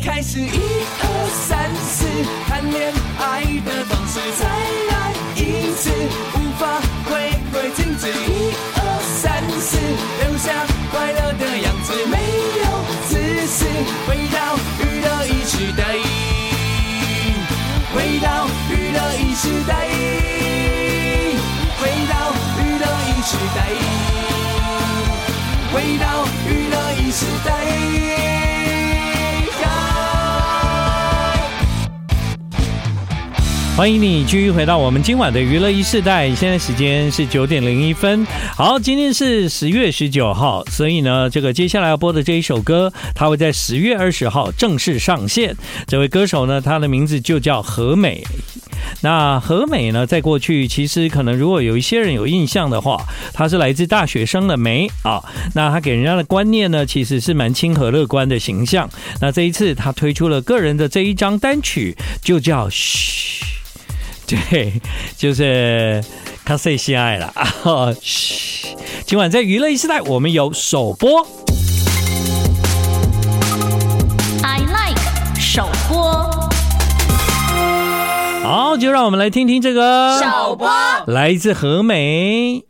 开始，一二三四，谈恋爱的方式，再来一次，无法回归静止，一二三四，留下快乐的样子，没有自私，回到娱乐一时代，回到娱乐一时代，回到娱乐一时代。回到娱乐一时代。欢迎你继续回到我们今晚的娱乐一世代，现在时间是九点零一分。好，今天是十月十九号，所以呢，这个接下来要播的这一首歌，它会在十月二十号正式上线。这位歌手呢，他的名字就叫何美。那何美呢，在过去其实可能如果有一些人有印象的话，她是来自大学生的美啊。那她给人家的观念呢，其实是蛮亲和乐观的形象。那这一次她推出了个人的这一张单曲，就叫《嘘》。 对，就是卡西西爱 了啊！嘘，今晚在娱乐一时代，我们有首播。 I like 首播，好，就让我们来听听这个首播来自何美。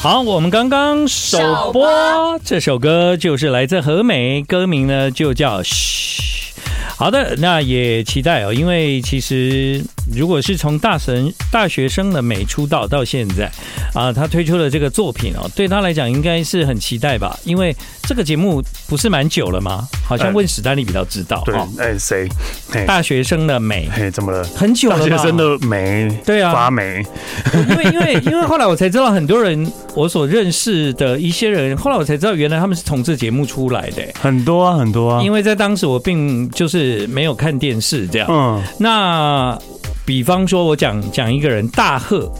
好，我们刚刚首首播播这首歌就是来自何美，歌名呢就叫《嘘》。好的，那也期待哦，因为其实如果是从大神大学生的美出道到现在啊，他推出了这个作品哦，对他来讲应该是很期待吧，因为这个节目不是蛮久了吗？好像哎问史丹利比较知道对哦，，哎，谁？嘿，大学生的美嘿，怎么了？很久了吧，大学生的美，对啊发霉，因为因为因为后来我才知道，很多人我所认识的一些人，后来我才知道原来他们是从这节目出来的、很多啊，很多啊。因为在当时我并就是没有看电视这样。嗯，那比方说，我讲讲一个人大贺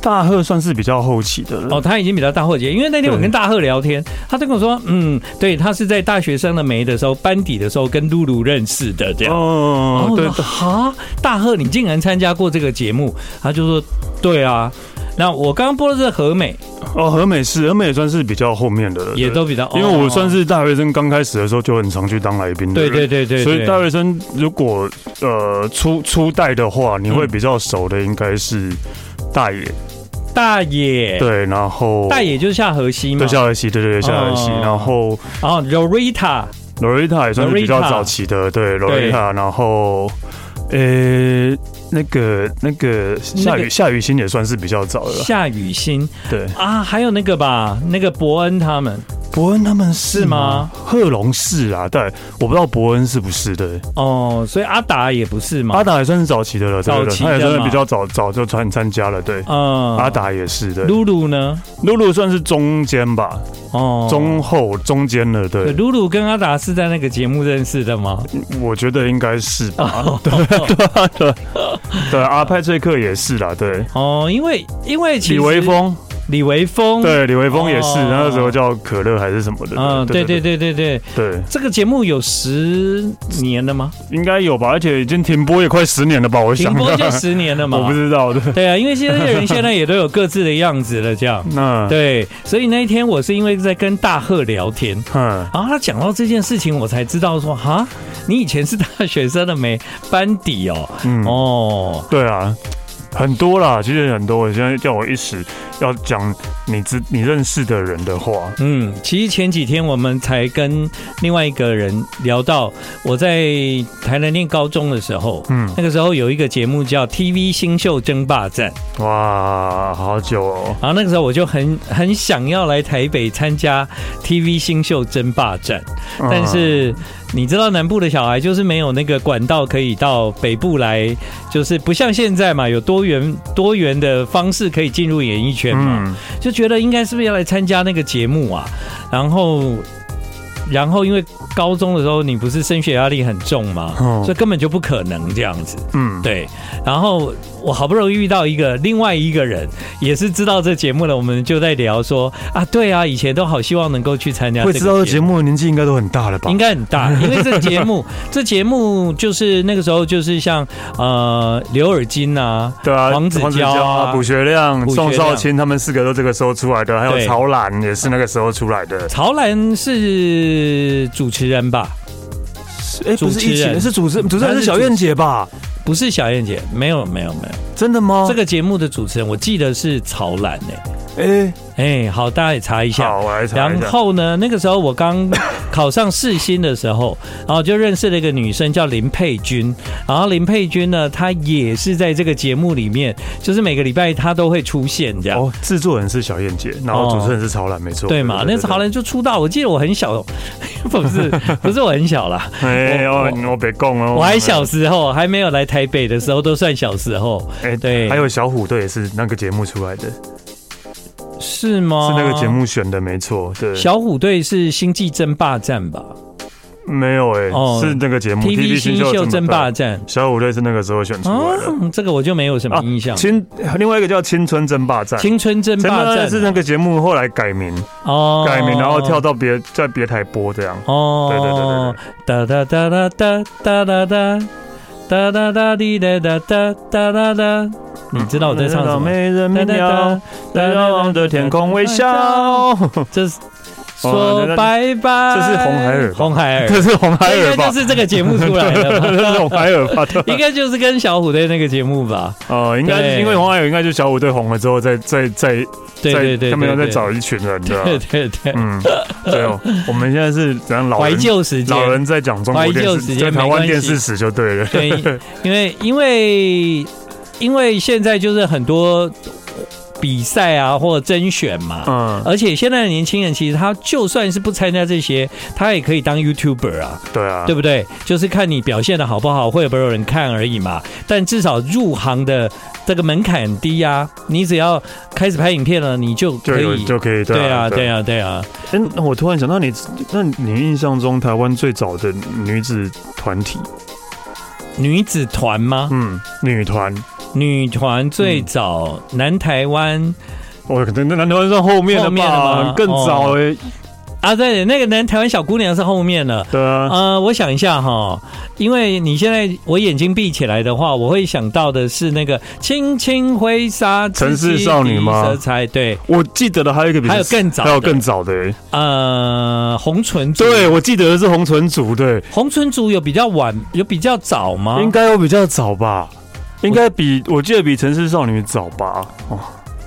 大贺算是比较后期的了。哦，哦，他已经比较大贺姐，因为那天我对跟大贺聊天，他就跟我说，嗯，对他是在大学生的梅的时候班底的时候跟露露认识的这样。哦哦，对对，，哈，大贺，你竟然参加过这个节目？他就说，对啊。那我刚刚播的是和美，哦，和美是和美也算是比较后面的了，也对都比较，因为我算是。是大学生刚开始的时候就很常去当来宾的对人，对对对，所以对大学生如果呃初初代的话，你会嗯比较熟的应该是大野，大野，对，然后大野就是夏荷西嘛，哦对夏尔西，对对对夏尔西，哦然后然后 Lorita，罗瑞塔也算是比较早期的，对罗瑞塔，然后呃那个那个夏那雨个夏雨欣也算是比较早的了，夏雨欣对，啊，还有那个吧，那个伯恩他们伯恩他们是是吗？贺龙是啊，对，我不知道伯恩是不是对。哦，所以阿达也不是嘛阿，达也算是早期的了，对对早对，期的他也算是嘛比较早早就参参加了，对。嗯阿，达也是对，露露呢？露露算是中间吧，哦，中后中间了，对对，露露跟阿达是在那个节目认识的吗？我觉得应该是吧，哦对对对对，阿派翠克也是啦，对，哦，因为因为其实李维，峰，李维峰，，对，李维峰也是，嗯哦那时候叫可乐还是什么的，嗯，对对对对对，对，这个节目有十年了吗？应该有吧，而且已经停播也快十年了吧，我停 想，啊播就十年了嘛， 我不知道，对，对啊，因为现在人现在也都有各自的样子了，这 样。那，对，所以那一天我是因为在跟大贺聊天，嗯，然后他讲到这件事情，我才知道说，哈，你以前是大学生的没班底哦，嗯哦，对啊，很多啦，其实很多。我现在叫我一时要讲你知你认识的人的话，嗯，其实前几天我们才跟另外一个人聊到，我在台南念高中的时候，嗯，那个时候有一个节目叫 TV 新秀争霸战，哇，好久哦，然后那个时候我就很很想要来台北参加 TV 新秀争霸战。嗯但是你知道南部的小孩就是没有那个管道可以到北部来，就是不像现在嘛，有多元多元的方式可以进入演艺圈嘛，嗯，就觉得应该是不是要来参加那个节目啊？然后，然后因为高中的时候你不是升学压力很重嘛，哦所以根本就不可能这样子。嗯，对，然后我好不容易遇到一个另外一个人，也是知道这节目了，我们就在聊说啊，对啊，以前都好希望能够去参加。会知道这节目的年纪应该都很大了吧？应该很大，因为这节 目这节目就是那个时候就是像呃刘尔金啊，对啊，黄子佼啊，卜学亮、卜学宋少亮卿他们四个都这个时候出来的，还有对曹澜也是那个时候出来的。曹澜是主持人吧？哎，不主是持人一起的，是主持人，主持人是小燕姐吧？不是小燕姐，没有没有没有，真的吗？这个节目的主持人我记得是曹澜诶、哎，哎、好，大家也查一下。好，我来查一然下。后呢，那个时候我刚考上世新的时候，然后就认识了一个女生叫林佩君。然后林佩君呢，她也是在这个节目里面，就是每个礼拜她都会出现这样。哦，制作人是小燕姐，然后主持人是曹澜，没错。对嘛？那曹澜就出道，我记得我很小， 不 是不是我很小啦，哎，我哦，你我别供哦，我还小。时候，还没有来台北的时候都算小时候。哎，对还有小虎队也是那个节目出来的，是是吗？那个节。目选的，没错。对，哦小虎队是星际争霸战吧没有哎哦，是那个节目？TV 新秀争霸战战小虎队是那个时候选出来的。啊，这个我就没有什么印象。青另外一个叫《青春争霸战》，青春争争霸霸战战是那个节目后来改名，哦改名然后跳到别在别台播这样。哦，对对对哒哒哒哒哒哒哒哒哒哒滴哒哒哒哒哒哒，你知道我在唱什么？没人哒明哒了哒，在遥望着天空微笑。这是说拜拜，这是红孩儿吧红孩儿，这是红孩应儿该吧就？是这个节目出来的吧，这是红孩儿吧？对吧应该就是跟小虎队那个节目吧？哦，应该是对因为红孩儿应该就小虎队红了之后，再再再对对对，再他们要再对找一群人的啊。对对对，嗯，对哦，我们现在是怎样老怀人旧时间，老人在讲中国怀旧电时视，间在台没湾关电系视史就对了。 对，因为因为因为现在就是很多比赛啊或甄选嘛，嗯，而且现在的年轻人其实他就算是不参加这些，他也可以当 YouTuber 啊，对啊，对不对？就是看你表现的好不好，会有没有人看而已嘛。但至少入行的这个门槛很低啊，你只要开始拍影片了，你就就可有以。就可以对啊，对。啊，对啊，哎，那我突然想到你，那你印象中台湾最早的女子团体，女子团吗？嗯，女团，女团最早南台湾我哦可能那男团算后面的后面的吧吗，更早哎，啊，对，那个南台湾小姑娘是后面了。对啊，呃，我想一下哈，因为你现在我眼睛闭起来的话，我会想到的是那个轻轻挥洒城市少女吗色彩对，我记得的还有一个比还有更早的还有更早的哎，呃，红唇族对，我记得的是红唇族，对，红唇族有比较晚，有比较早吗？应该有比较早吧。应该比啊我记得比城市少女早吧？哦，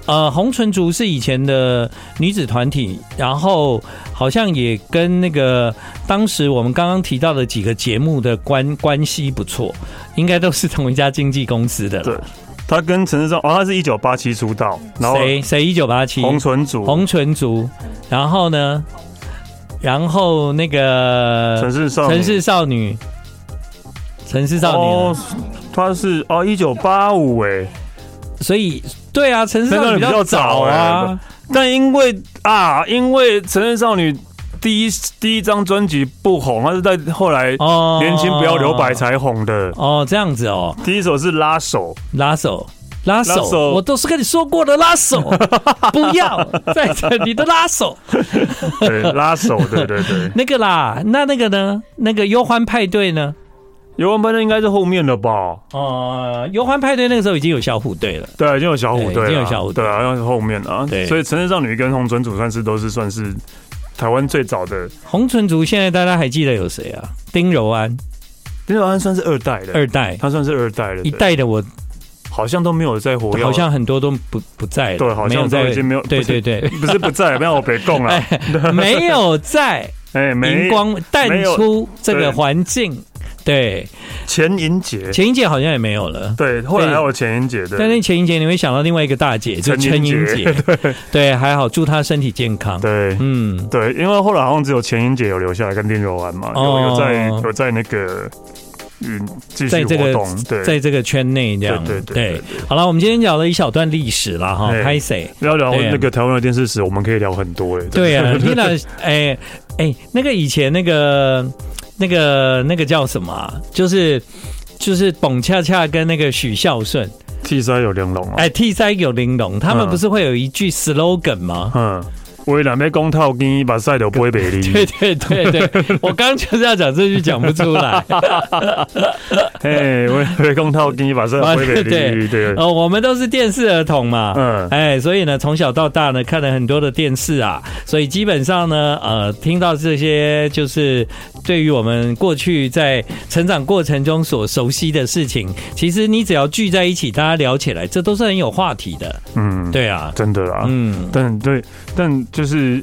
呃，红唇族是以前的女子团体，然后好像也跟那个当时我们刚刚提到的几个节目的关关系不错，应该都是同一家经纪公司的对了。她跟城市少，哦，她是一九八七出道，然后谁谁一九八七红唇族、红唇族，然后呢，然后那城个市呃少女、城市少女，城市少女啊呢，哦，她是哦一九八五哎，所以对啊，城市那少个女比比较较早早啊啊，但因为啊，因为《城市少女》第一第一张专辑不红，她是在后来哦《年轻不要留白》才红的。哦，这样子哦，第一首是《拉 手拉手。拉手，拉手我都是跟你说过的拉 手，不要在这里的拉手。》，对，《拉手》，对对对。那个啦，那那个呢？那个忧欢派对呢？游玩班的应该是后面的吧？哦、忧欢派对那个时候已经有小虎队了。对，已经有小虎队了，对已经有小虎队对啊，要是后面啊。对所以《城市少女》跟红唇组算是都是算是台湾最早的，红唇族现在大家还记得有谁啊？丁柔安丁小安算是二代的，二代，他算是二代的，一对代的我好像都没有在活跃，好像很多都不不在了，对好像没有都在已经没有对不对是 对，不是不在，不要我别 供了。没有在哎，没哎荧光淡没有出这个对环境。对，前银姐，前一届好像也没有了。对，后来还有前音节的，但是前一节你会想到另外一个大姐，就是陈陈英英杰姐，对，还好，祝她身体健康。对嗯，对，因为后来好像只有前音节有留下来跟丁柔玩嘛，有哦有在有在那个嗯继在续这活个动，在对，这个圈内这样。对对对对好了，我们今天聊了一小段历史了哈，哎拍谁？要聊对啊那个台湾的电视史，我们可以聊很多哎，对 啊，你那哎哎，那个以前那个那个那个叫什么啊、就是就是董恰恰跟那个许孝顺， T 三有玲珑啊，哎，T 三有玲珑，他们嗯不是会有一句 slogan 吗？嗯，为了没公套跟一把赛都不会 北对离，对对对，我刚就是要讲这句，讲不出来。嘿，为了没公套跟一把 赛不会 北离，对，哦，我们都是电视儿童嘛，嗯哎，所以呢，从小到大呢，看了很多的电视啊，所以基本上呢，呃，听到这些就是对于我们过去在成长过程中所熟悉的事情，其实你只要聚在一起，大家聊起来，这都是很有话题的，嗯，对啊，真的啦，嗯，但对，但就是。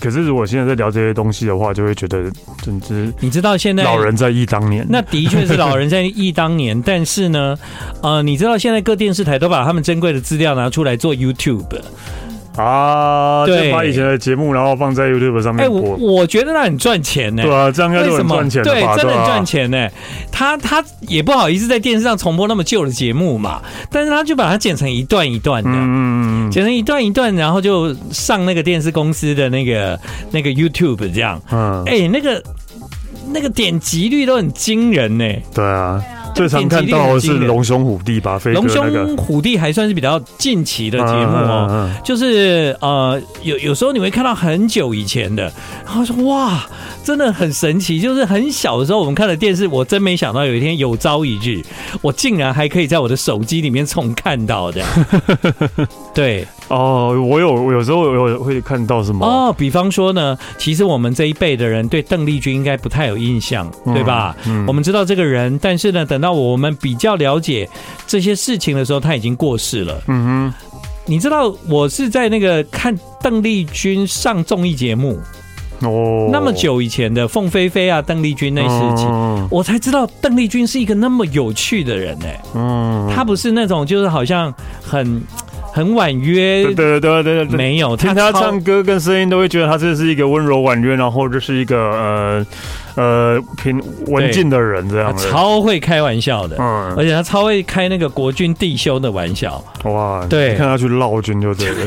可是，如果现在在聊这些东西的话，就会觉得，真是你知道现在老人在忆当年。那的确是老人在忆当年，但是呢，呃，你知道现在各电视台都把他们珍贵的资料拿出来做 YouTube。啊，就对把以前的节目，然后放在 YouTube 上哎、面我播。我觉得那很赚钱呢、对啊，这样应该为就什很么？赚钱对吧？，啊真的很赚吧？钱呢、他他也不好意思在电视上重播那么旧的节目嘛，但是他就把它剪成一段一段的。嗯，剪成一段一段，然后就上那个电视公司的那个那个 YouTube 这样，嗯，哎、那个那个点击率都很惊人呢、对啊，最常看到的是龙兄虎弟吧，飞哥龙那个兄虎弟还算是比较近期的节目哦，嗯嗯嗯嗯就是呃，有有时候你会看到很久以前的，然后说哇，真的很神奇。就是很小的时候我们看的电视，我真没想到有一天有朝一日，我竟然还可以在我的手机里面重看到 的。对哦，我有我有时候有会看到什么，哦，比方说呢，其实我们这一辈的人对邓丽君应该不太有印象，嗯对吧？嗯我们知道这个人，但是呢，等到我们比较了解这些事情的时候，他已经过世了。嗯你知道我是在那个看邓丽君上综艺节目、哼，哦，那么久以前的凤飞飞啊、邓丽君那时期，嗯我才知道邓丽君是一个那么有趣的人哎、嗯她不是那种就是好像很很婉约，对对对对对，没有，她听他超唱歌跟声音，都会觉得他这是一个温柔婉约，然后就是一个呃呃平文静的人这她样子。超会开玩笑的。嗯，而且她超会开那个国军弟兄的玩 笑，哇，对看他去绕军 就对了。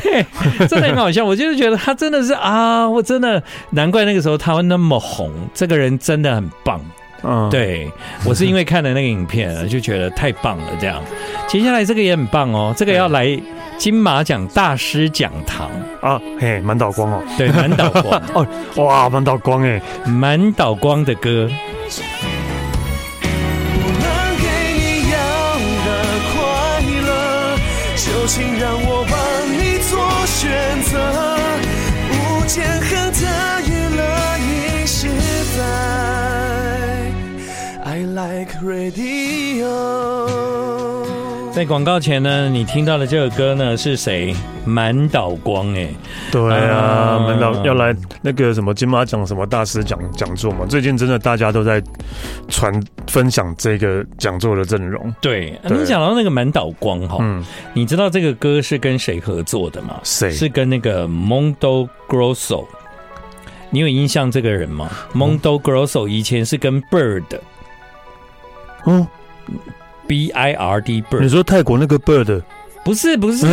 真的很好笑。我就是觉得她真的是啊，我真的难怪那个时候她会那么红，这个人真的很棒。嗯，，对，我是因为看了那个影片，就觉得太棒了。这样，接下来这个也很棒哦，这个要来金马奖大师讲堂，啊，嘿，满岛光哦，对，满岛 光，哦，哇，满岛光哎，满岛光的歌，我能给你要的快乐，就请让我帮你做选择。无间恨它娱乐一时代，I like radio。在广告前呢，你听到的这个歌呢是谁？满岛光哎，对啊，嗯满岛要来那个什么金马奖什么大师讲讲座嘛，最近真的大家都在传分享这个讲座的阵容。对，啊对你讲到那个满岛光哈，嗯，你知道这个歌是跟谁合作的吗？谁？是跟那个 Mondo Grosso，你有印象这个人吗？Mondo Grosso 以前是跟 Bird。嗯， B I R D 你 Bird，说泰国那个 Bird？不是不 是，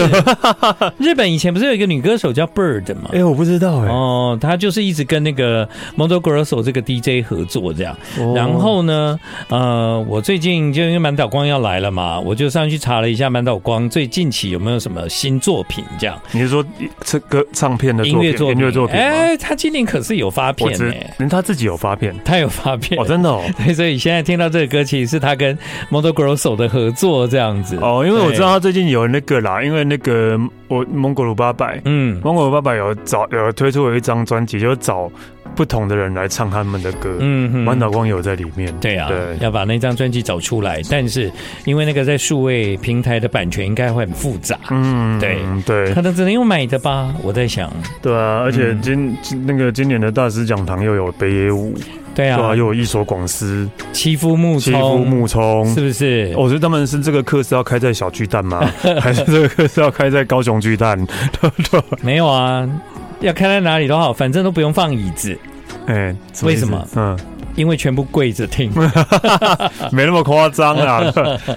日本以前不是有一个女歌手叫 Bird 吗？哎，我不知道哎。哦，她就是一直跟那个 Mondo Grosso 这个 DJ 合作这样。哦然后呢，呃，我最近就因为满岛光要来了嘛，我就上去查了一下满岛光最近期有没有什么新作品这样你是说这个唱片的音乐作品。品？音乐作品吗？哎，他今年可是有发我片知呢、，连他自己有发片他有发片。哦，真的哦。对， 所以现在听到这个歌，其实是他跟 Mondo Grosso 的合作这样子。哦，因为我对知道他最近有那个啦，因为那个我蒙古鲁八百，嗯，芒果爸爸有找有推出了一张专辑，就找不同的人来唱他们的歌。嗯哼满岛光有在里面。对啊，对，要把那张专辑找出来，但是因为那个在数位平台的版权应该会很复杂，嗯对 对可能只能用买的吧。我在想，对啊！嗯而且今、今那个今年的大师讲堂又有北野武，对对啊啊，，又有一所广司、欺负木欺负聪木聪。是不是？哦我觉得他们是这个课是要开在小巨 蛋吗？还是这个课是要开在高雄巨蛋？ 对对，没有啊，要开在哪里都好，反正都不用放椅子，哎、为意思什么？嗯，因为全部跪着 听。啊没那么夸 张啊，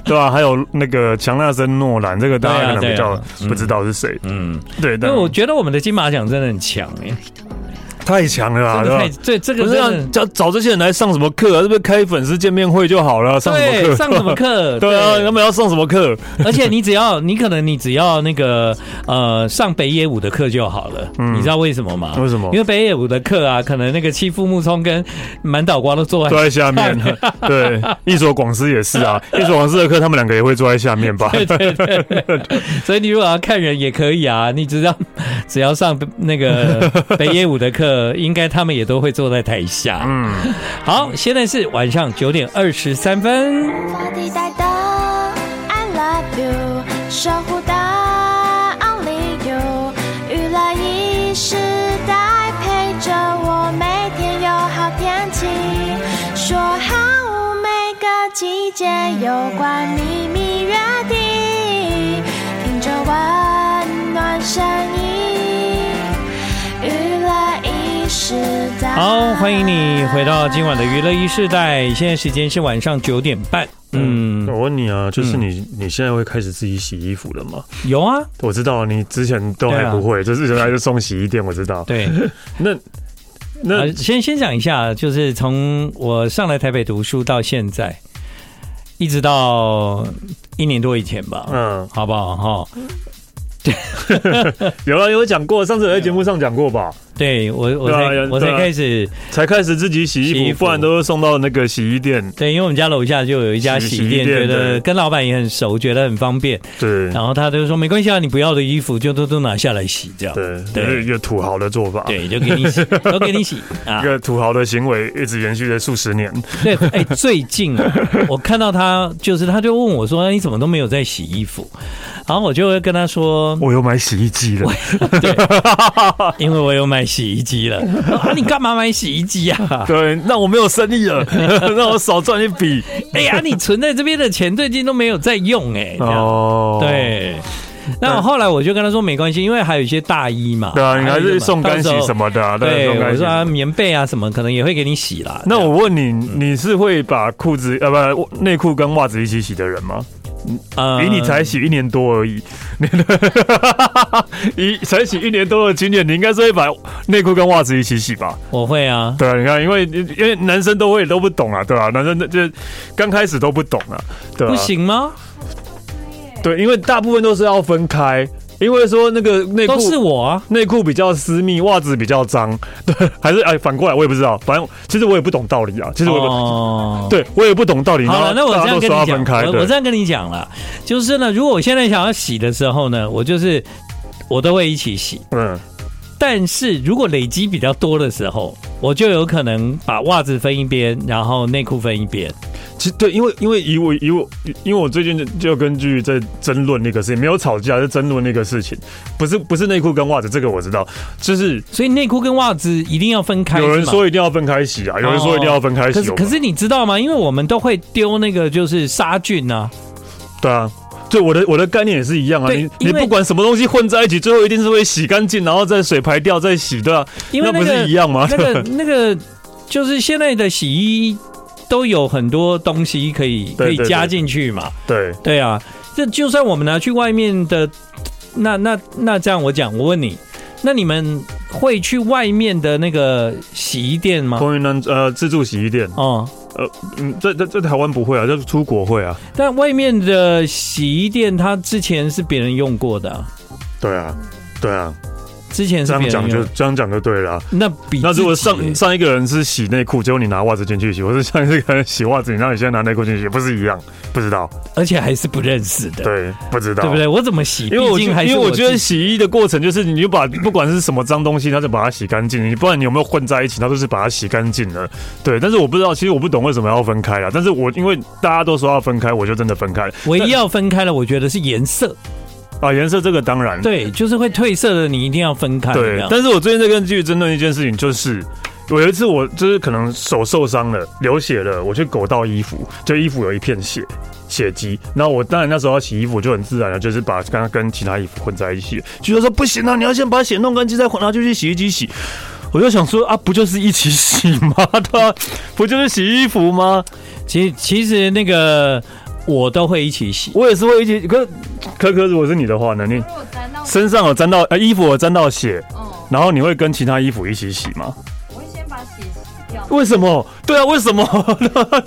对吧、还有那个强纳森诺兰，这个大家可对啊能比对较啊不知道是谁。嗯，对，因但为我觉得我们的金马奖真的很强哎、太强了真啊，对的吧太？这这个不是真啊的找找这些人来上什么课啊？是不是开粉丝见面会就好了？上什么对课？上什么？课？ 对啊，他们要上什么课？而且你只要，你可能你只要那个呃上北野武的课就好了，你知道为什么吗？为什么因为北野武的课啊，可能那个欺负木聪跟满岛光都坐坐在。在下面。啊 对，一所广司也是啊，一所广司的课他们两个也会坐在下面吧？对对对，所以你如果要看人也可以啊，你只要只要上那个北野武的课，应该他们也都会坐在台下。嗯，好，现在是晚上九点二十三分。发地带的 I love you，守护的 Only you，娱乐一时代陪着我，每天有好天气，说好每个季节有关秘密约定，听着温暖声音，娱乐一时代。好，欢迎你回到今晚的娱乐一世代，现在时间是晚上九点半。嗯，我问你啊，就是你你现在会开始自己洗衣服了吗？有啊，我知道你之前都对还啊不会，就是原来就送洗衣店，我知道。对，那那呃，先先讲一下，就是从我上来台北读书到现在，一直到一年多以前吧，嗯，好不好？哈、有啊，有讲过，上次有在节目上讲过吧？对我我对啊才、有我才对啊开始，才开始自己洗衣服，洗衣服不然都是送到那个洗衣店。对，因为我们家楼下就有一家洗洗衣洗衣店，店觉得对跟老板也很熟，觉得很方便，对然后他就说没关系啊，你不要的衣服就都都拿下来洗，这样对，对一个土豪的做法，对，就给你 洗，都给你洗啊一。个土豪的行为一直延续了数十年。对，哎、最近 啊，我看到他，就是他就问我说：“哎你怎么都没有在洗衣服？”然后我就会跟他说我有买洗衣机了，：“因为我有买洗衣机了。” 啊，你干嘛买洗衣机 啊？对，那我没有生意 了，让我少赚一笔。哎呀、你存在这边的钱最近都没有在用、哎，这样哦，，对。那我后来我就跟他说没关系，因为还有一些大衣嘛，对啊，你还是送干洗到时候什么的、啊，对，送干我洗说啊，嗯棉被啊什么，可能也会给你洗啦。那我问你，你是会把裤子呃不内裤跟袜子一起洗的人吗？呃比你才洗一年多而已， 你一才洗一年多的经验，你应该是会把内裤跟袜子一起洗吧？我会啊，对啊，你看，因为因为男生都会都不懂啊，对吧、男生就就刚开始都不懂啊，对吧、不行吗？对，因为大部分都是要分开，因为说那个内都是裤。我啊，内裤比较私密，袜子比较脏， 对，还是哎反过来我也不知道，反正其实我也不懂道理啊，其实我也不、哦。 对我也不懂道理。好了，然那后我大这家样都跟说你要讲，分开，我对我这样跟你讲了，就是呢，如果我现在想要洗的时候呢，我就是我都会一起洗。嗯，但是如果累积比较多的时候，我就有可能把袜子分一边，然后内裤分一边。其实对，因为因为以我以我因为我最近就就根据在争论那个事情，没有吵架，是争论那个事情，不是不是内裤跟袜子，这个我知道，就是所以内裤跟袜子一定要分开。有人是吗说一定要分开洗啊，有人说一定要分开洗可，是我可是你知道吗？因为我们都会丢那个就是杀菌啊，对啊。对我的我的概念也是一样啊，对你因为你不管什么东西混在一起，最后一定是会洗干净，然后再水排掉再洗，对啊，因为那那不个是一样吗？那个那个就是现在的洗衣都有很多东西可以可对以对加对进去嘛。 对，对啊，这就算我们拿去外面的，那那那这样我讲，我问你，那你们会去外面的那个洗衣店吗？空运单呃自助洗衣店，哦、嗯，在在在台湾不会啊，就是出国会啊，但外面的洗衣店，它之前是别人用过的啊、对啊，对啊，之前这是样别人讲用就的，这样讲就对了啊、那比那如果自己耶上上一个人是洗内裤，结果你拿袜子进去洗，我是上一个人洗袜子，你让你现在拿内裤进去洗，不是一样？不知道，而且还是不认识的，对，不知道，对不？对？我怎么洗？因为我毕觉竟还得，是因为我觉得自己洗衣的过程就是，你就把不管是什么脏东西，它就把它洗干净。你不管你有没有混在一起，它都是把它洗干净了。对，但是我不知道，其实我不懂为什么要分开啊。但是我因为大家都说要分开，我就真的分开了。唯一要分开了，我觉得是颜色，啊，颜色这个当然对，就是会褪色的，你一定要分开。这对样，但是我最近在跟继续争论一件事情，就是我有一次我就是可能手受伤了，流血了，我去狗到衣服，就衣服有一片血血迹，然后我当然那时候要洗衣服就很自然了，就是把刚刚跟其他衣服混在一起。据说说不行啊，你要先把血弄干净再混，然后就去洗衣机洗。我就想说啊，不就是一起洗吗？对啊，不就是洗衣服吗？其实其实那个我都会一起洗，我也是会一起。可可可，如果是你的话呢？你如果沾到，身上有沾到呃衣服有沾到血，嗯，然后你会跟其他衣服一起洗吗？我会先把血洗掉，为什么？对啊，为 什么？但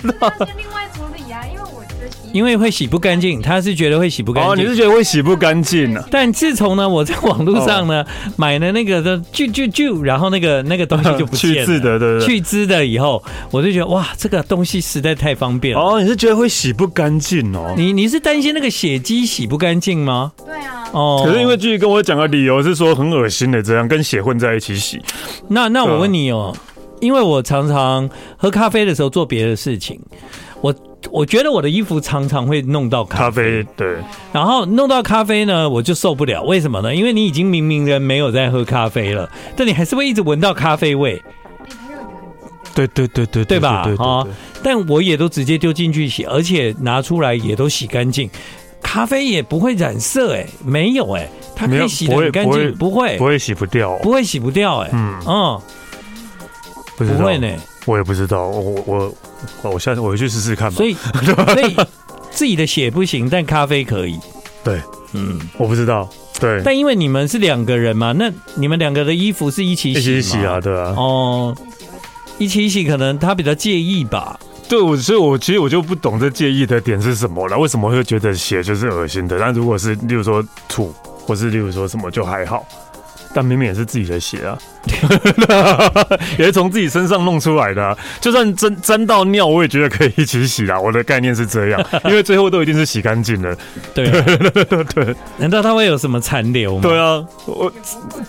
是另外处理啊，因为我觉得洗因为会洗不干净，他是觉得会洗不干净。哦，你是觉得会洗不干净啊呢？但自从呢，我在网络上哦呢、买了那个的啾啾啾，然后那个那个东西就不见了， 去渍的对对对去渍的以后，我就觉得哇，这个东西实在太方便了。哦，你是觉得会洗不干净哦？你你是担心那个血迹洗不干净吗？对啊，哦，可是因为继续跟我讲的理由是说很恶心的，这样跟血混在一起洗。那那对啊我问你哦，因为我常常喝咖啡的时候做别的事情，我我觉得我的衣服常常会弄到咖咖啡，对，然后弄到咖啡呢，我就受不了。为什么呢？因为你已经明明人没有在喝咖啡了，但你还是会一直闻到咖啡味，哎还有一个很极端，对对对对对吧？啊、但我也都直接丢进去洗，而且拿出来也都洗干净。咖啡也不会染色、哎，没有、哎，它可没有以洗得很干净，不会，不会洗不掉哦，不会洗不掉、哎，嗯，嗯，不知道不会呢，，我也不知道，我我我我下次我回去试试看吧。 所以所以自己的血不行，但咖啡可以，对，嗯，我不知道，对，但因为你们是两个人嘛，那你们两个的衣服是一起洗一吗起洗啊，，对啊，哦，一起会一起一起可能他比较介意吧，对，我所以我其实我就不懂这介意的点是什么了，为什么会觉得血就是恶心的？但如果是例如说吐，或是例如说什么就还好。但明明也是自己的血啊， 也是从自己身上弄出来的、啊，就算沾沾到尿，我也觉得可以一起洗啊。我的概念是这样，因为最后都一定是洗干净了。 对、对，难道他会有什么残留吗？对啊，我，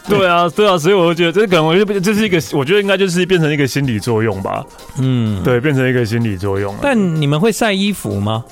对啊，对啊，所以我就觉得这可能我就这是一个，我觉得应该就是变成一个心理作用吧。嗯，对，变成一个心理作用了。但你们会晒衣服吗？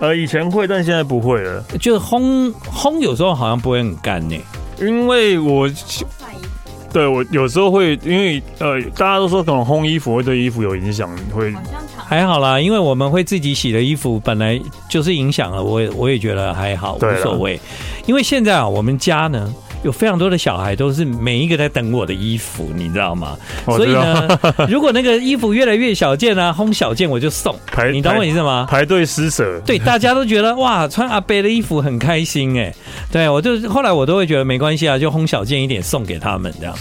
呃，以前会，但现在不会了，就是烘烘，有时候好像不会很干呢、因为我晒衣服，对我有时候会，因为呃，大家都说可能烘衣服会对衣服有影响，会好像躺还好啦，因为我们会自己洗的衣服本来就是影响了，我也我也觉得还好，对无啦所谓。因为现在啊，我们家呢有非常多的小孩，都是每一个在等我的衣服，你知道吗？我所以知道呢，如果那个衣服越来越小件啊，烘小件我就送排，你懂我意思吗？啊排队施舍。 对，大家都觉得哇，穿阿贝的衣服很开心哎。对我就后来我都会觉得没关系啊，就烘小件一点送给他们这样。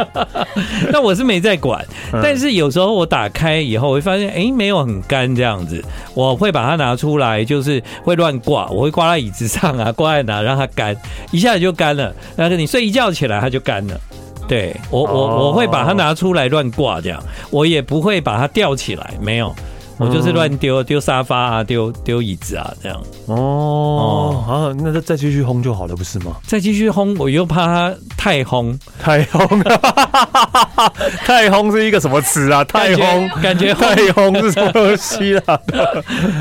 那我是没在管，但是有时候我打开以后，我会发现哎、没有很干这样子，我会把它拿出来，就是会乱挂，我会挂在椅子上啊，挂在哪让它干，一下子就干了。然后你睡一觉起来它就干了。对我哦我我会把它拿出来乱挂这样，我也不会把它吊起来，没有。我就是乱嗯丢丢沙发啊，丢丢椅子啊，这样哦，啊，那再再继续烘就好了，不是吗？再继续烘，我又怕它太烘，太烘， 太烘是一个什么词啊？太烘，感觉太烘是什么东西 啊？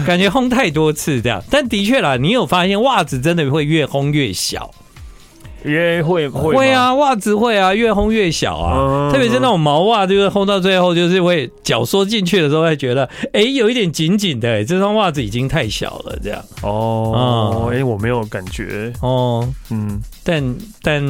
感觉烘太多次这样。但的确啦，你有发现袜子真的会越烘越小，也会会会吗，啊，袜子会啊，越烘越小啊。嗯特别是那种毛袜，就是烘到最后，就是会脚缩进去的时候，会觉得哎、有一点紧紧的、哎这双袜子已经太小了这样。哦，哎，我没有感觉，哦，嗯，但但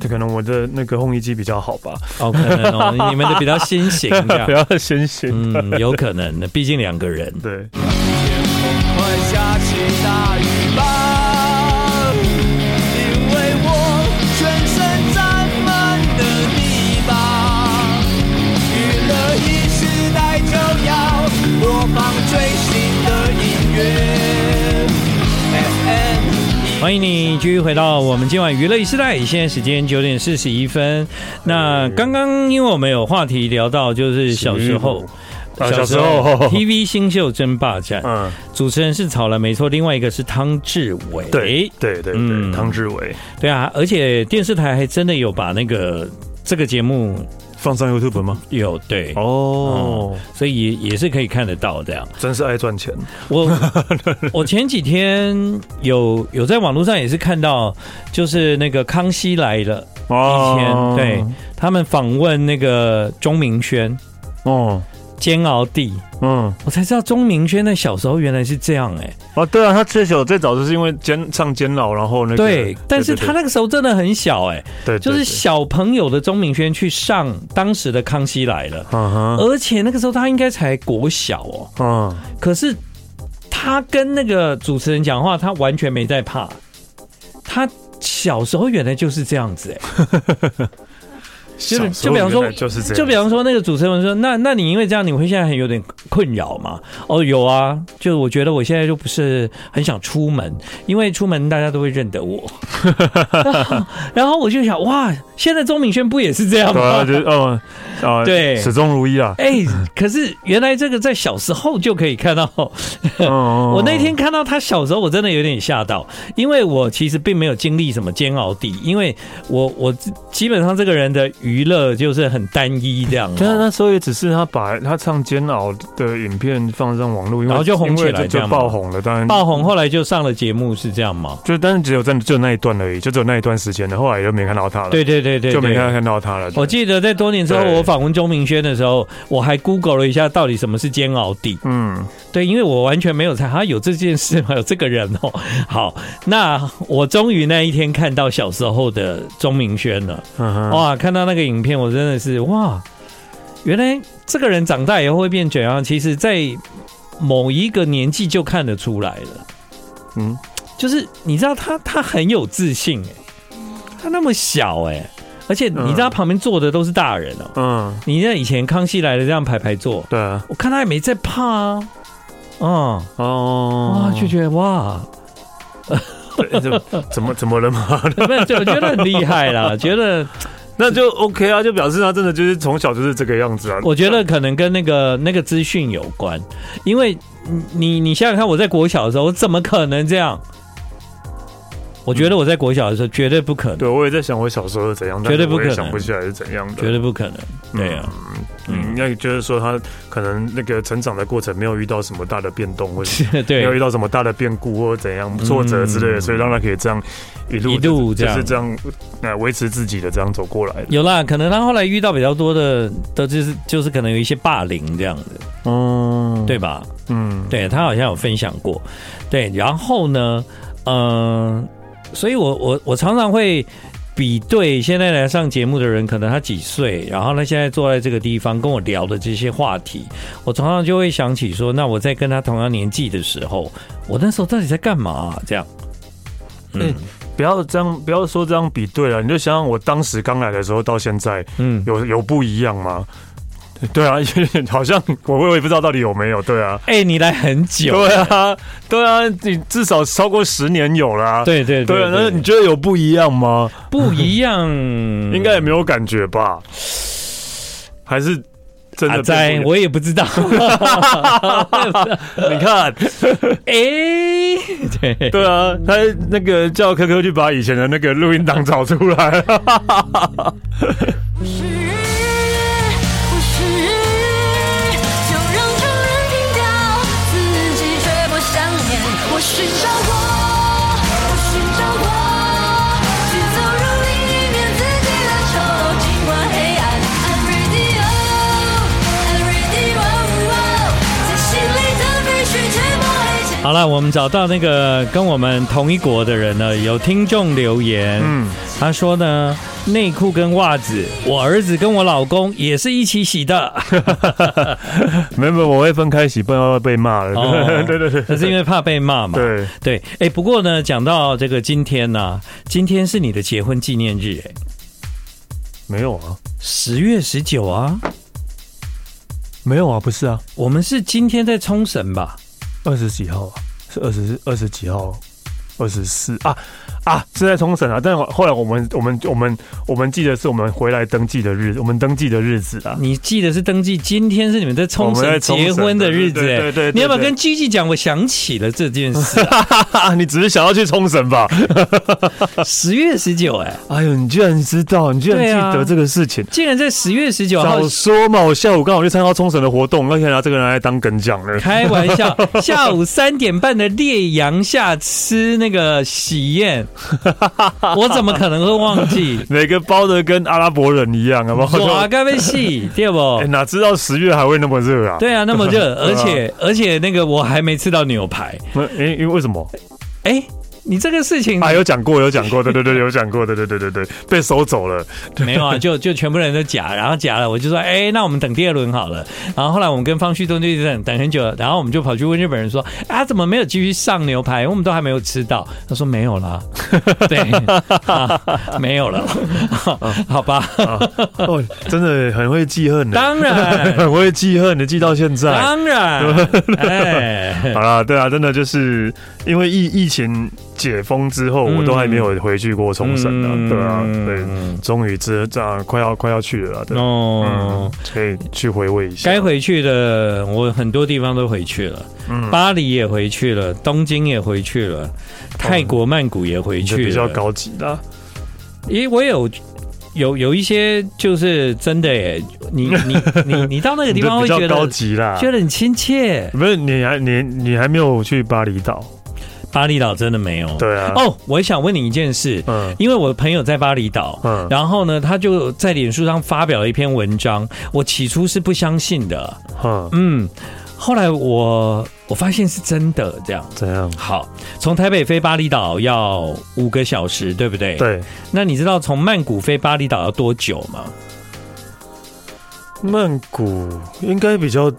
这可能我的那个烘衣机比较好吧，哦，可能 哦，你们的比较新型这不样。要先行。嗯，有可能的，毕竟两个人。对，快下起大雨吧，因为我全身沾满了泥巴。娱乐一时代就要播放最新的音乐。FM 欢迎你继续回到我们今晚娱乐一时代，现在时间九点四十一分。那刚刚因为我们有话题聊到，就是小时候，啊小时候 TV 新秀争霸战，嗯，主持人是草兰，没错，另外一个是汤志伟，对，对对嗯对，汤志伟对啊，而且电视台还真的有把那个这个节目放上 YouTube 吗？有对，哦，所以也也是可以看得到这样。真是爱赚钱， 我我前几天有有在网络上也是看到，就是那个《康熙来了》以前、哦对，他们访问那个钟明轩哦，煎熬弟，嗯，我才知道钟明轩的小时候原来是这样哎、哦，对啊，他最小最早就是因为监唱监牢，然后那个，对，但是他那个时候真的很小哎、对，对就是，对小朋友的钟明轩去上当时的《康熙来了》。对嗯哼，而且那个时候他应该才国小哦，嗯，可是他跟那个主持人讲话，他完全没在怕，他小时候原来就是这样子、哎，就就就比方说就是这样，就比方说那个主持人说，那那你因为这样，你会现在很有点困扰吗？哦，有啊，就是我觉得我现在就不是很想出门，因为出门大家都会认得我。 然后我就想，哇，现在钟明轩不也是这样对啊，吗就？是嗯啊，哦对始终如一 啊啦。哎、可是原来这个在小时候就可以看到。哦嗯我那天看到他小时候，我真的有点吓到，因为我其实并没有经历什么煎熬地，因为我我基本上这个人的娱乐就是很单一这样、但是啊那时候也只是他把他唱《煎熬》的影片放上网络，因为然后就红起来因为这就样就吗爆红了。当然，爆红后来就上了节目，是这样吗？就但是只有在就那一段而已，就只有那一段时间的，后来就没看到他了，对对对对就没看对。看到他了。我记得在多年之后，对我访问钟明轩的时候，我还 Google 了一下到底什么是煎熬地。嗯，对，因为我完全没有猜，啊，有这件事吗？有这个人哦。好，那我终于那一天看到小时候的钟明轩了。嗯哼哇，看到那个影片，我真的是哇，原来这个人长大以后会变怎样？其实，在某一个年纪就看得出来了。嗯，就是你知道他，他很有自信哎、他那么小哎、而且你知道他旁边坐的都是大人哦、嗯，你像以前康熙来了这样排排坐，对啊，我看他也没在怕啊，嗯，哦哇，就觉得哇，对就怎么怎么了嘛？ 没有，就我觉得很厉害 啦，觉得那就 OK 啊，就表示他真的就是从小就是这个样子啊。我觉得可能跟那个那个资讯有关，因为你你你想想看，我在国小的时候，我怎么可能这样？我觉得我在国小的时候绝对不可能，对，我也在想我小时候是怎样，但绝对是不我也可能想不起来是怎样的。绝对不可能， 对啊，嗯，那就是说他可能那个成长的过程没有遇到什么大的变动，或者没有对，遇到什么大的变故或者怎样挫折之类的，嗯所以让他可以这样一路一路就这样是这样呃维持自己的这样走过来的。有啦，可能他后来遇到比较多的的，就是就是可能有一些霸凌这样子，哦，对，吧？嗯，对他好像有分享过，对，然后呢，嗯、所以我我我常常会比对现在来上节目的人，可能他几岁，然后他现在坐在这个地方跟我聊的这些话题，我常常就会想起说，那我在跟他同样年纪的时候，我那时候到底在干嘛啊、这样，嗯嗯不要这样，不要说这样比对了，啊你就想想我当时刚来的时候到现在，嗯，有有不一样吗？对啊， 好像我我也不知道到底有没有，对啊， 哎、你来很久，对啊，对啊，你至少超过十年有啦、对对对啊，那你觉得有不一样吗？不一样，应该也没有感觉吧？还是真阿的啊在 变，不一我也不知道，样？你看， 哎、对。对啊，他那个叫科科去把以前的那个录音档找出来，是不是？就让常人听到，自己却不想念。我寻找我，我寻找我，去走入另一面自己的丑陋，尽管黑暗。I'm ready, oh, I'm ready, oh, oh，在心里的废墟却抹黑。好了，我们找到那个跟我们同一国的人了。有听众留言，嗯，他说呢，内裤跟袜子，我儿子跟我老公也是一起洗 的。 没有没有，我会分开洗，不然要被骂了。 哦对对对那是因为怕被骂嘛。对，对，哎、不过呢，讲到这个今天呢、今天是你的结婚纪念日、哎，没有啊，十月十九啊，没有啊，不是啊，我们是今天在冲绳吧？二十几号啊，是二十二十几号，二十四啊啊是在冲绳啊，但后来我们我们我们我们记得是我们回来登记的日，我们登记的日子啊。你记得是登记，今天是你们在冲我们绳在冲绳结婚的日子、对对哎对对对你要不要对跟 Gigi 讲？我想起了这件事、 啊，哈哈哈！嗯你只是想要去冲绳吧？十月十九，哎。 哎呦，你居然知道，你居然对啊记得这个事情，竟然在十月十九号早说嘛！我下午刚好去参加冲绳的活动，那可以拿这个人来当梗讲了。？开玩笑， 下午三点半的烈阳下吃那个喜宴，我怎么可能会忘记啊每个包的跟阿拉伯人一样，好不好？哇，该被戏，对不 哎、？哪知道十月还会那么热啊？对啊，那么热，而啊且而且那个我还没吃到牛排，那，哎、因为为什么？哎、你这个事情啊，有讲过，有讲过，对对对，有讲过，对对对对对，被收走了， 没有啊，就就全部人都假，然后假了，我就说，哎、那我们等第二轮好了。然后后来我们跟方旭东就一直等等很久了，然后我们就跑去问日本人说，啊，怎么没有继续上牛排？我们都还没有吃到。他说没有啦，对、啊没有了，好吧， 哦，真的很会记恨的，当然， 很会记恨的，记到现在。当然，哎，好啦，对啊，真的就是因为疫疫情解封之后，我都还没有回去过冲绳嗯啊，对啊，对，终于这这样快要快要去了啦，对，哦嗯。，可以去回味一下。该回去的，我很多地方都回去了，嗯巴黎也回去了，东京也回去了，泰国曼谷也回就去了。比较高级啦，咦，我有有有一些就是真的耶，你 你你你到那个地方就会比觉较高得级啊啦。觉得很亲切。不是你还你你还没有去巴厘岛？巴厘岛真的没有。对啊，哦，我想问你一件事，嗯因为我的朋友在巴厘岛。嗯，然后呢，他就在脸书上发表了一篇文章，我起初是不相信的，嗯，嗯，后来我我发现是真的这样。怎样？好，从台北飞巴厘岛要五个小时，对不对？。对，那你知道从曼谷飞巴厘岛要多久吗？曼谷应该比较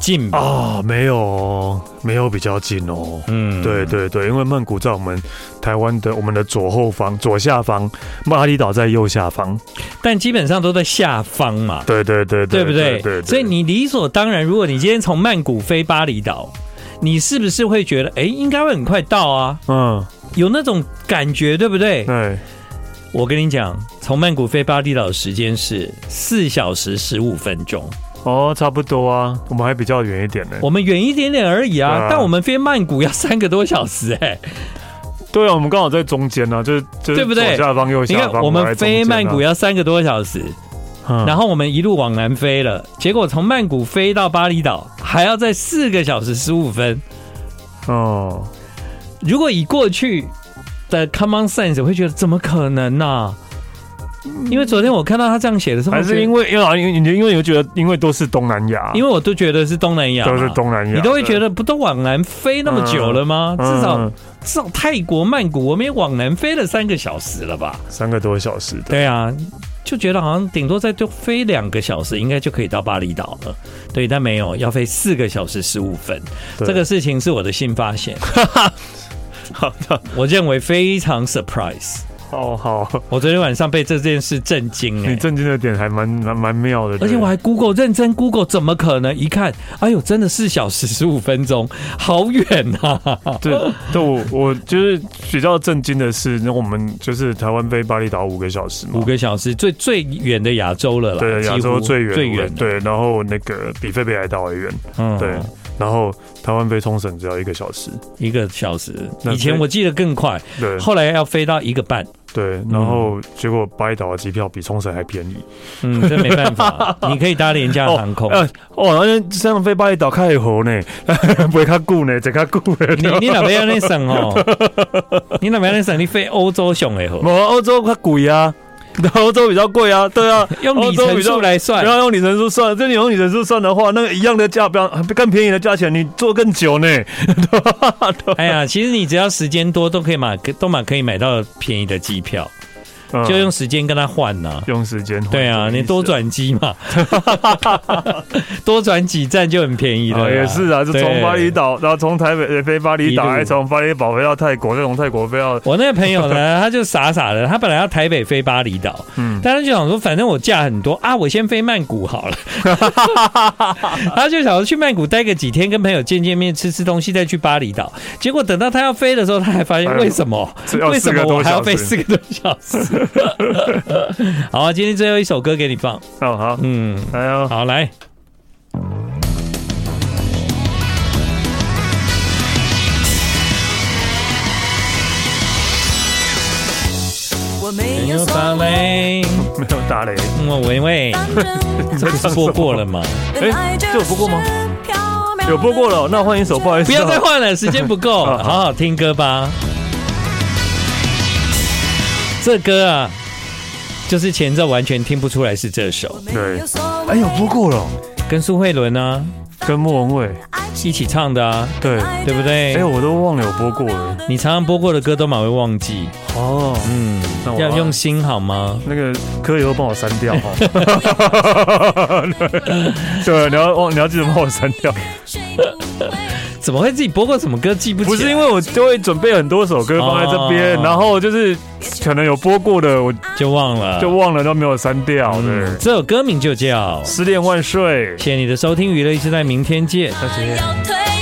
近吧。啊，没有哦没有比较近哦。嗯对对对，因为曼谷在我们台湾的我们的左后方、左下方，巴厘岛在右下方。但基本上都在下方嘛，对对对对不对？对对，所以你理所当然，如果你今天从曼谷飞巴厘岛，你是不是会觉得，哎，应该会很快到啊？嗯，哎有那种感觉，对不对？对，我跟你讲，从曼谷飞巴厘岛的时间是四小时十五分钟，哦，差不多啊，我们还比较远一点呢。我们远一点点而已啊，对啊但我们飞曼谷要三个多小时、哎，对啊，我们刚好在中间呢，就是就是对不对左下方、右你下看方，我们飞曼谷啊呀，要三个多小时，然然后后我们一路往南飞了，结果从曼谷飞到巴厘岛还要在四个小时十五分。哦，如果以过去的 common sense，我会觉得怎么可能呢、因为昨天我看到他这样写的时候，还是因为为因为因为你因为你觉得因为都是东南亚，因为为我都觉得是东南亚嘛，都是东南亚，你都会对觉得不都往南飞那么久了吗？嗯至少嗯至少泰国曼谷我们也往南飞了三个小时了吧？三个多小时的，对啊，就觉得好像顶多再多飞两个小时，应该就可以到巴厘岛了。对，但没有，要飞四个小时十五分。对这个事情是我的新发现， 好的，我认为非常 surprise。好哦好，我昨天晚上被这件事震惊、你哎，震惊的点还蛮蛮蛮妙的，而且对我还 Google 认真 Google，怎么可能？一看，哎呦，真的四小时十五分钟，好远啊！ 对，对我我就是比较震惊的是，那我们就是台湾飞巴厘岛五个小时嘛，五个小时，最最远的亚洲了啦，对几乎亚洲最远哦最远的，对，然后那个比菲菲海岛还远，嗯对，然后台湾飞冲绳只要一个小时，一个小时。那以前飞我记得更快，对后来要飞到一个 半。对，然后结果巴厘岛的机票比冲绳还便宜，嗯，这没办法，你可以搭廉价航空。呃哦，而且这样飞巴厘岛开活呢， 不会卡固呢，整卡固呢， 你你哪边要那省哦？你哪边要那省？你飞欧洲熊哎，我 欧洲它贵啊， 欧洲比较贵啊，对啊，用欧里洲程比较数来算不，要用里程数算，这你用里程数算的话，那个一样的价，不要更便宜的价钱，你做更久呢。 哎呀，其实你只要时间多，都可以买，都买可以买到便宜的机票，嗯就用时间跟他换呐、用时间换对啊，这个意思你多转机 嘛，多转几站就很便宜了啦、啊，也是啊，就从对巴厘。岛，然后从台北呃飞巴厘岛，一路还从巴厘岛飞到泰国，再从泰国飞到我那个朋友 呢，他就傻傻的，他本来要台北飞巴厘岛，嗯但他就想说，反正我假很多啊，我先飞曼谷好 了。他就想说去曼谷待个几天，跟朋友见见面，吃吃东西，再去巴厘岛。结果等到他要飞的时候，他还发现哎呦为什么？这要为什四个么多我还要小飞时四个多小时？ 好、啊，今天最后一首歌给你放。哦好，嗯，哎呀，好，来，我没有有所法谓，嘞，没有打雷，我维维，当真嗯这不是播过了吗？ 哎，这有播过吗？有播过了，那换一首，不好意 思，不要再，换了，时间不 够，好好好好听歌吧。这歌啊，就是前奏完全听不出来是这首，对哎哎，有播过了，跟苏慧伦啊，跟莫文蔚，一起唱的啊，对，对不对？哎、我都忘了有播过了。你常常播过的歌都蛮会忘记，哦，嗯那，我要用心好吗？那个可以后帮我删掉哦。对，你要哦，你要记得帮我删掉。怎么会自己播过什么歌记不起来？啊不是因为我就会准备很多首歌放在这边，哦然后就是可能有播过的，我就忘了，就忘了都没有删掉。对，嗯，这首歌名就叫《失恋万岁。谢谢你的收听，娱乐一时代，明天见。要退